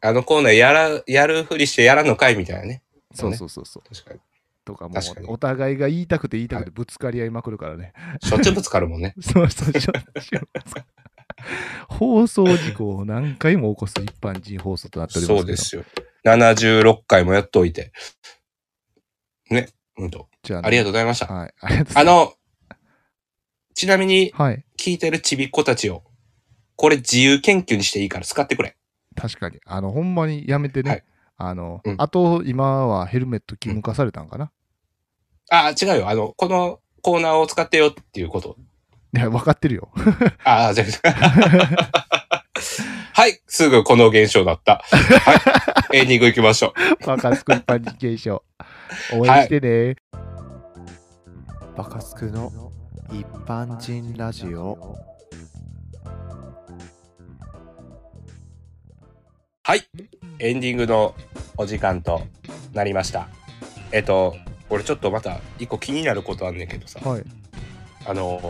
[SPEAKER 2] あのコーナーやら、やるふりしてやらんのかいみたいなね。
[SPEAKER 1] そうそうそうそう。
[SPEAKER 2] 確かに。
[SPEAKER 1] とかも
[SPEAKER 2] 確かに
[SPEAKER 1] う、お互いが言いたくて言いたくてぶつかり合いまくるからね。
[SPEAKER 2] しょっちゅうぶつかるもんね。
[SPEAKER 1] そうそう、しょっちゅう放送事故を何回も起こす一般人放送となっておりますけど。
[SPEAKER 2] そうですよ。76回もやっといて。ね。うんと。
[SPEAKER 1] じゃあね、
[SPEAKER 2] ありがとうございました。
[SPEAKER 1] はい。ありがとうござ
[SPEAKER 2] あ
[SPEAKER 1] いま
[SPEAKER 2] の、ちなみに
[SPEAKER 1] す。はい。
[SPEAKER 2] 聞いてるちびっ子たちを、これ自由研究にしていいから使ってくれ。
[SPEAKER 1] 確かに。あの、ほんまにやめてね。
[SPEAKER 2] はい
[SPEAKER 1] あの、
[SPEAKER 2] うん
[SPEAKER 1] あと、今はヘルメット義務化されたんかな、
[SPEAKER 2] あ、違うよ。あの、このコーナーを使ってよっていうこと。
[SPEAKER 1] いや、分かってるよ。
[SPEAKER 2] ああ、じゃあはい。すぐこの現象だった。はい。エンディング行きましょう。
[SPEAKER 1] バカスク一般人検証。応援してね。
[SPEAKER 3] バカスクの一般人ラジオ。
[SPEAKER 2] はい。エンディングのお時間となりました。えっと、俺ちょっとまた一個気になることあんねんけどさ、
[SPEAKER 1] はい。
[SPEAKER 2] あの、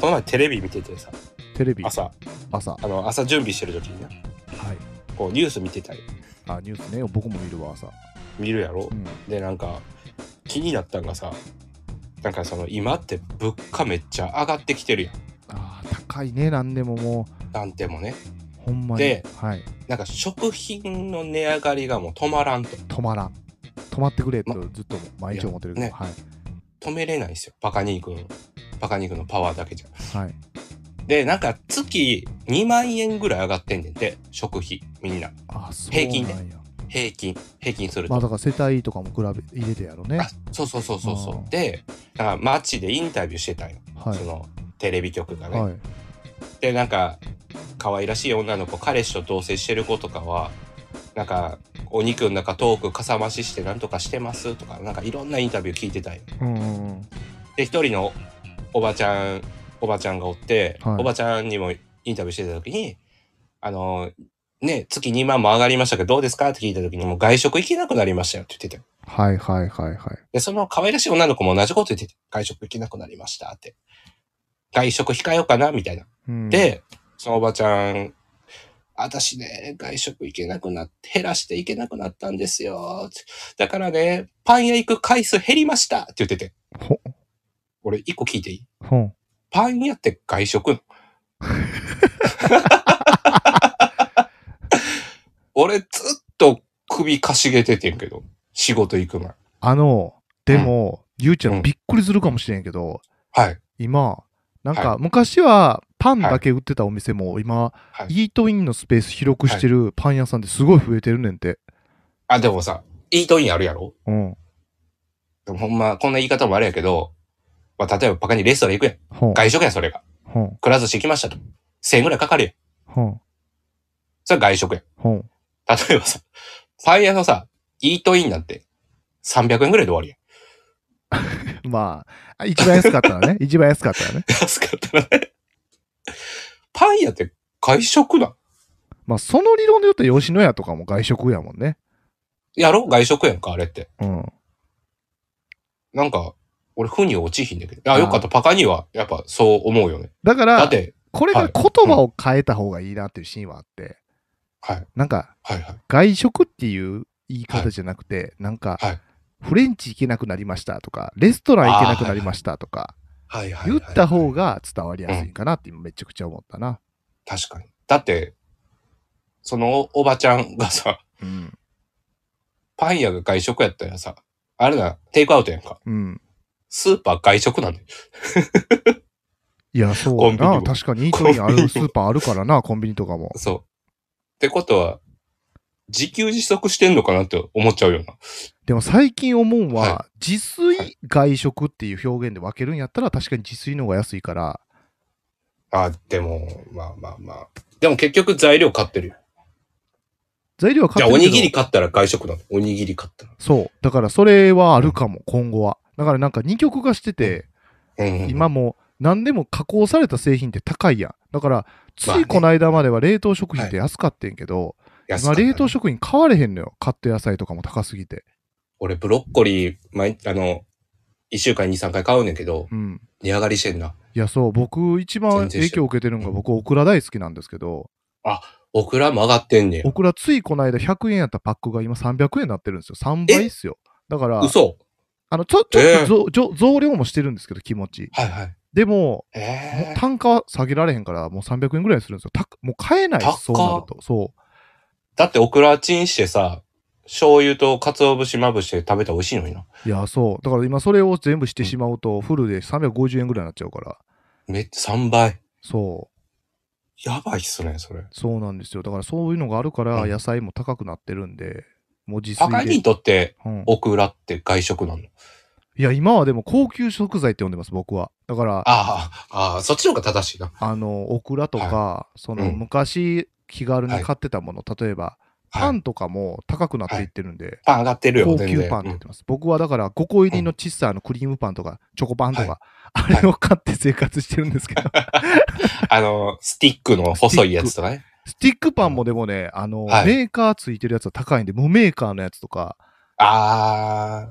[SPEAKER 2] この前テレビ見ててさ、
[SPEAKER 1] テレビ、朝。
[SPEAKER 2] 朝、あの、朝準備してる時にな、
[SPEAKER 1] はい。
[SPEAKER 2] こうニュース見てたり、
[SPEAKER 1] あ、ニュースね。僕も見るわ、朝。
[SPEAKER 2] 見るやろ
[SPEAKER 1] う。ん。
[SPEAKER 2] で、なんか、気になったんがさ、なんかその今って物価めっちゃ上がってきてるやん。
[SPEAKER 1] あー高いね、なんでもも
[SPEAKER 2] なんてもね。
[SPEAKER 1] う、ほんまに。
[SPEAKER 2] で
[SPEAKER 1] はい。
[SPEAKER 2] なんか食品の値上がりがもう止まらんと。
[SPEAKER 1] 止まらん。止まってくれと、ずっと毎日思ってるけど、
[SPEAKER 2] いや
[SPEAKER 1] はい。
[SPEAKER 2] 止めれないんですよ。バカニー君。バカニー君のパワーだけじゃ。
[SPEAKER 1] はい。
[SPEAKER 2] で、なんか月2万円ぐらい上がってんねんて、食費、みんな。
[SPEAKER 1] あ、そう
[SPEAKER 2] 平均ね
[SPEAKER 1] なんや。
[SPEAKER 2] 平均、平均すると。
[SPEAKER 1] まあ、だから世帯とかも比べ、入れてやろね。
[SPEAKER 2] あそうそうそうそう
[SPEAKER 1] あ
[SPEAKER 2] そ
[SPEAKER 1] ー
[SPEAKER 2] う。で、だから街でインタビューしてたんよ。
[SPEAKER 1] は
[SPEAKER 2] そ
[SPEAKER 1] い。
[SPEAKER 2] のテレビ局がね。
[SPEAKER 1] はい。
[SPEAKER 2] で、なんか、可愛らしい女の子、彼氏と同棲してる子とかは、なんか、お肉の中トークかさ増ししてなんとかしてますとか、なんかいろんなインタビュー聞いてたんよ。
[SPEAKER 1] うんうんうん。
[SPEAKER 2] で、一人のおばちゃん、おばちゃんがおって、
[SPEAKER 1] はい
[SPEAKER 2] おばちゃんにもインタビューしてた時に、あの、ね、月2万も上がりましたけど、どうですかって聞いた時に、もう外食行けなくなりましたよって言ってたよ。
[SPEAKER 1] はいはいはいはい。
[SPEAKER 2] で、その可愛らしい女の子も同じこと言ってて、外食行けなくなりましたって。外食控えようかなみたいな。
[SPEAKER 1] うん、
[SPEAKER 2] で、そのおばちゃん、私ね、外食行けなくなって、減らして行けなくなったんですよ。だからね、パン屋行く回数減りましたって言ってて。
[SPEAKER 1] ほ、
[SPEAKER 2] 俺、一個聞いていい
[SPEAKER 1] ほん。
[SPEAKER 2] パン屋って 外食 俺ずっと首かしげててんけど、仕事行く前。
[SPEAKER 1] あの、でも、ゆうちゃ
[SPEAKER 2] うん
[SPEAKER 1] んびっくりするかもしれんけど、
[SPEAKER 2] はい。
[SPEAKER 1] 今、なん
[SPEAKER 2] は
[SPEAKER 1] か昔はパンだけ売ってたお店も今、
[SPEAKER 2] はい
[SPEAKER 1] イートインのスペース広くしてるパン屋さんってすごい増えてるねんて。
[SPEAKER 2] あ、でもさ、イートインあるやろ
[SPEAKER 1] うん。
[SPEAKER 2] でもほんま、こんな言い方もあれやけど、まあ、例えばバカにレストラン行くやん。
[SPEAKER 1] ほん。
[SPEAKER 2] 外食やん、それが。
[SPEAKER 1] ほん。
[SPEAKER 2] くら寿司行きましたと。1000円ぐらいかかるやん。
[SPEAKER 1] ほん。
[SPEAKER 2] それは外食やん。
[SPEAKER 1] ほん。
[SPEAKER 2] 例えばさ、パン屋のさ、イートインなんて300円ぐらいで終わりやん。
[SPEAKER 1] まあ、一番安かったら ね。一番安かったらね。
[SPEAKER 2] 安かったらね。パン屋って外食だ。
[SPEAKER 1] まあ、その理論で言うと吉野家とかも外食やもんね。
[SPEAKER 2] やろ外食やんか、あれって。
[SPEAKER 1] うん。
[SPEAKER 2] なんか、俺、負に落ちひんだけど。あ、
[SPEAKER 1] あー
[SPEAKER 2] よかった。パカには、やっぱそう思うよね。
[SPEAKER 1] だか
[SPEAKER 2] だ
[SPEAKER 1] ら
[SPEAKER 2] っ、て、
[SPEAKER 1] これが言葉を変えた方がいいなっていうシーンはあって、
[SPEAKER 2] はい、
[SPEAKER 1] なんか、
[SPEAKER 2] はい、はい。
[SPEAKER 1] 外食っていう言い方じゃなくて、なんか、
[SPEAKER 2] はい
[SPEAKER 1] フレンチ行けなくなりましたとか、レストラン行けなくなりましたとか、
[SPEAKER 2] はい、は
[SPEAKER 1] 言った方が伝わりやすいかなって今めちゃくちゃ思ったな。
[SPEAKER 2] 確かに。だって、そのおおばちゃんがさ、
[SPEAKER 1] うん。
[SPEAKER 2] パン屋が外食やったらさ、あれな、テイクアウトやんか。
[SPEAKER 1] うん。
[SPEAKER 2] スーパー外食なんで。
[SPEAKER 1] いや、そう
[SPEAKER 2] コンビニ
[SPEAKER 1] だな。
[SPEAKER 2] も
[SPEAKER 1] 確かにイートインあ
[SPEAKER 2] コンビニも
[SPEAKER 1] るスーパーあるからな、コンビニとかも。
[SPEAKER 2] そう。ってことは、自給自足してんのかなって思っちゃうよな。
[SPEAKER 1] でも最近思うのは、
[SPEAKER 2] は
[SPEAKER 1] 自炊外食っていう表現で分けるんやったら確かに自炊の方が安いから、
[SPEAKER 2] あ、でも、まあまあまあ。でも結局材料買ってるよ。
[SPEAKER 1] 材料は買
[SPEAKER 2] じゃ
[SPEAKER 1] っ
[SPEAKER 2] あ
[SPEAKER 1] て
[SPEAKER 2] お
[SPEAKER 1] るけ
[SPEAKER 2] に
[SPEAKER 1] ど
[SPEAKER 2] ぎり買ったら外食なの。おにぎり買ったら。
[SPEAKER 1] そう。だからそれはあるかも、今後は。だからなんか二極化してて、
[SPEAKER 2] うんうん、
[SPEAKER 1] 今も何でも加工された製品って高いやん。だから、ついこの間までは冷凍食品って安かってんけど、
[SPEAKER 2] 安か
[SPEAKER 1] 今
[SPEAKER 2] ったね
[SPEAKER 1] 冷凍食品買われへんのよ。カット野菜とかも高すぎて。
[SPEAKER 2] 俺ブロッコリー、毎、あの、一週間に3回買うねんけど、
[SPEAKER 1] うん。
[SPEAKER 2] 値上がりしてんな。
[SPEAKER 1] いや、そう、僕一番
[SPEAKER 2] 全然
[SPEAKER 1] 影
[SPEAKER 2] してる
[SPEAKER 1] 響を受けてるのが、僕、オクラ大好きなんですけど、
[SPEAKER 2] オクラも上がってんね
[SPEAKER 1] オ
[SPEAKER 2] ん。
[SPEAKER 1] クラついこの間100円やったパックが今300円になってるんですよ。3倍っすよ。だから、
[SPEAKER 2] 嘘
[SPEAKER 1] あの、ちょ、ちょっと増、増増量もしてるんですけど、気持ち。
[SPEAKER 2] はいはい。
[SPEAKER 1] でも、
[SPEAKER 2] え
[SPEAKER 1] もう
[SPEAKER 2] え
[SPEAKER 1] 単価は下げられへんから、もう300円ぐらいするんですよ。たもう買えない
[SPEAKER 2] 高っ
[SPEAKER 1] し、そうなると。そう。
[SPEAKER 2] だってオクラチンしてさ、醤油と鰹節まぶして食べたら美味しいのにな。
[SPEAKER 1] いや、そう。だから今それを全部してしまうと、フルで350円ぐらいになっちゃうから。
[SPEAKER 2] めっちゃ3倍。
[SPEAKER 1] そう。
[SPEAKER 2] やばいっすね、それ。
[SPEAKER 1] そうなんですよ。だからそういうのがあるから、
[SPEAKER 2] うん
[SPEAKER 1] 野菜も高くなってるんで、もう自
[SPEAKER 2] パカに
[SPEAKER 1] 炊で。
[SPEAKER 2] とって
[SPEAKER 1] うん、
[SPEAKER 2] オクラって外食なの。
[SPEAKER 1] いや、今はでも高級食材って呼んでます、僕は。だから、あ
[SPEAKER 2] ああ、ああ、そっちの方が正しいな。
[SPEAKER 1] の、オクラとか、その、
[SPEAKER 2] うん
[SPEAKER 1] 昔気軽
[SPEAKER 2] は
[SPEAKER 1] に
[SPEAKER 2] い
[SPEAKER 1] 買ってたもの、例えば、
[SPEAKER 2] はい
[SPEAKER 1] パンとかも高くなっていってるんで、
[SPEAKER 2] パン上がってるよ、
[SPEAKER 1] 高
[SPEAKER 2] 全然。
[SPEAKER 1] 級パンって
[SPEAKER 2] う
[SPEAKER 1] 言っ
[SPEAKER 2] ん
[SPEAKER 1] てます。僕はだから5個入りのチッサーのクリームパンとかチョコパンとか、
[SPEAKER 2] い
[SPEAKER 1] あれを買って生活してるんですけど、
[SPEAKER 2] あの、スティックの細いやつとかね。
[SPEAKER 1] スティックパンもでもね、あの、
[SPEAKER 2] はい
[SPEAKER 1] メーカーついてるやつは高いんで、無メーカーのやつとか、
[SPEAKER 2] ああ、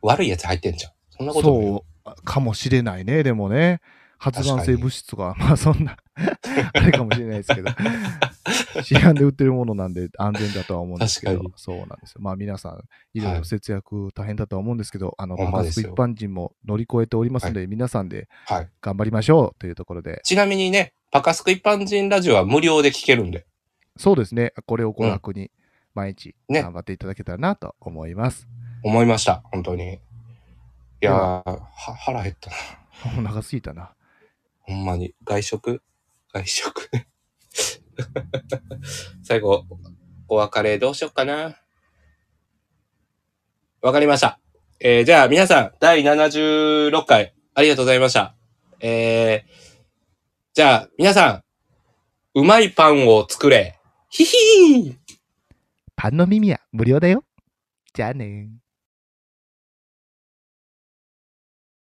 [SPEAKER 2] 悪いやつ入ってんじゃん。そんなことないよ
[SPEAKER 1] そうかもしれないね、でもね。発がん性物質とか、 まあそんな、あれかもしれないですけ ど、市販で売ってるものなんで安全だとは思うんですけ
[SPEAKER 2] 確か
[SPEAKER 1] ど、そうなんですよ。まあ皆さん、いろいろ節約大変だとは思うんですけど、あの、
[SPEAKER 2] ほん
[SPEAKER 1] 爆
[SPEAKER 2] まで
[SPEAKER 1] 発
[SPEAKER 2] す
[SPEAKER 1] 一
[SPEAKER 2] よ
[SPEAKER 1] 般人も乗り越えておりますので、皆さんで
[SPEAKER 2] はい。
[SPEAKER 1] 頑張りましょうというところで、
[SPEAKER 2] ちなみにね、パカスク一般人ラジオは無料で聞けるんで。
[SPEAKER 1] そうですね、これをご楽に毎日
[SPEAKER 2] ね
[SPEAKER 1] 頑張っていただけたらなと思います。
[SPEAKER 2] 思いました、本当に。いやー、
[SPEAKER 1] で
[SPEAKER 2] は腹減ったな。
[SPEAKER 1] お腹すいたな。
[SPEAKER 2] ほんまに。外食外食 最後、お別れどうしよっかな。わかりました。えーじゃあ皆さん、第76回、ありがとうございました。えーじゃあ皆さん、うまいパンを作れ。ヒヒーン
[SPEAKER 1] パンの耳は無料だよ。じゃあねー。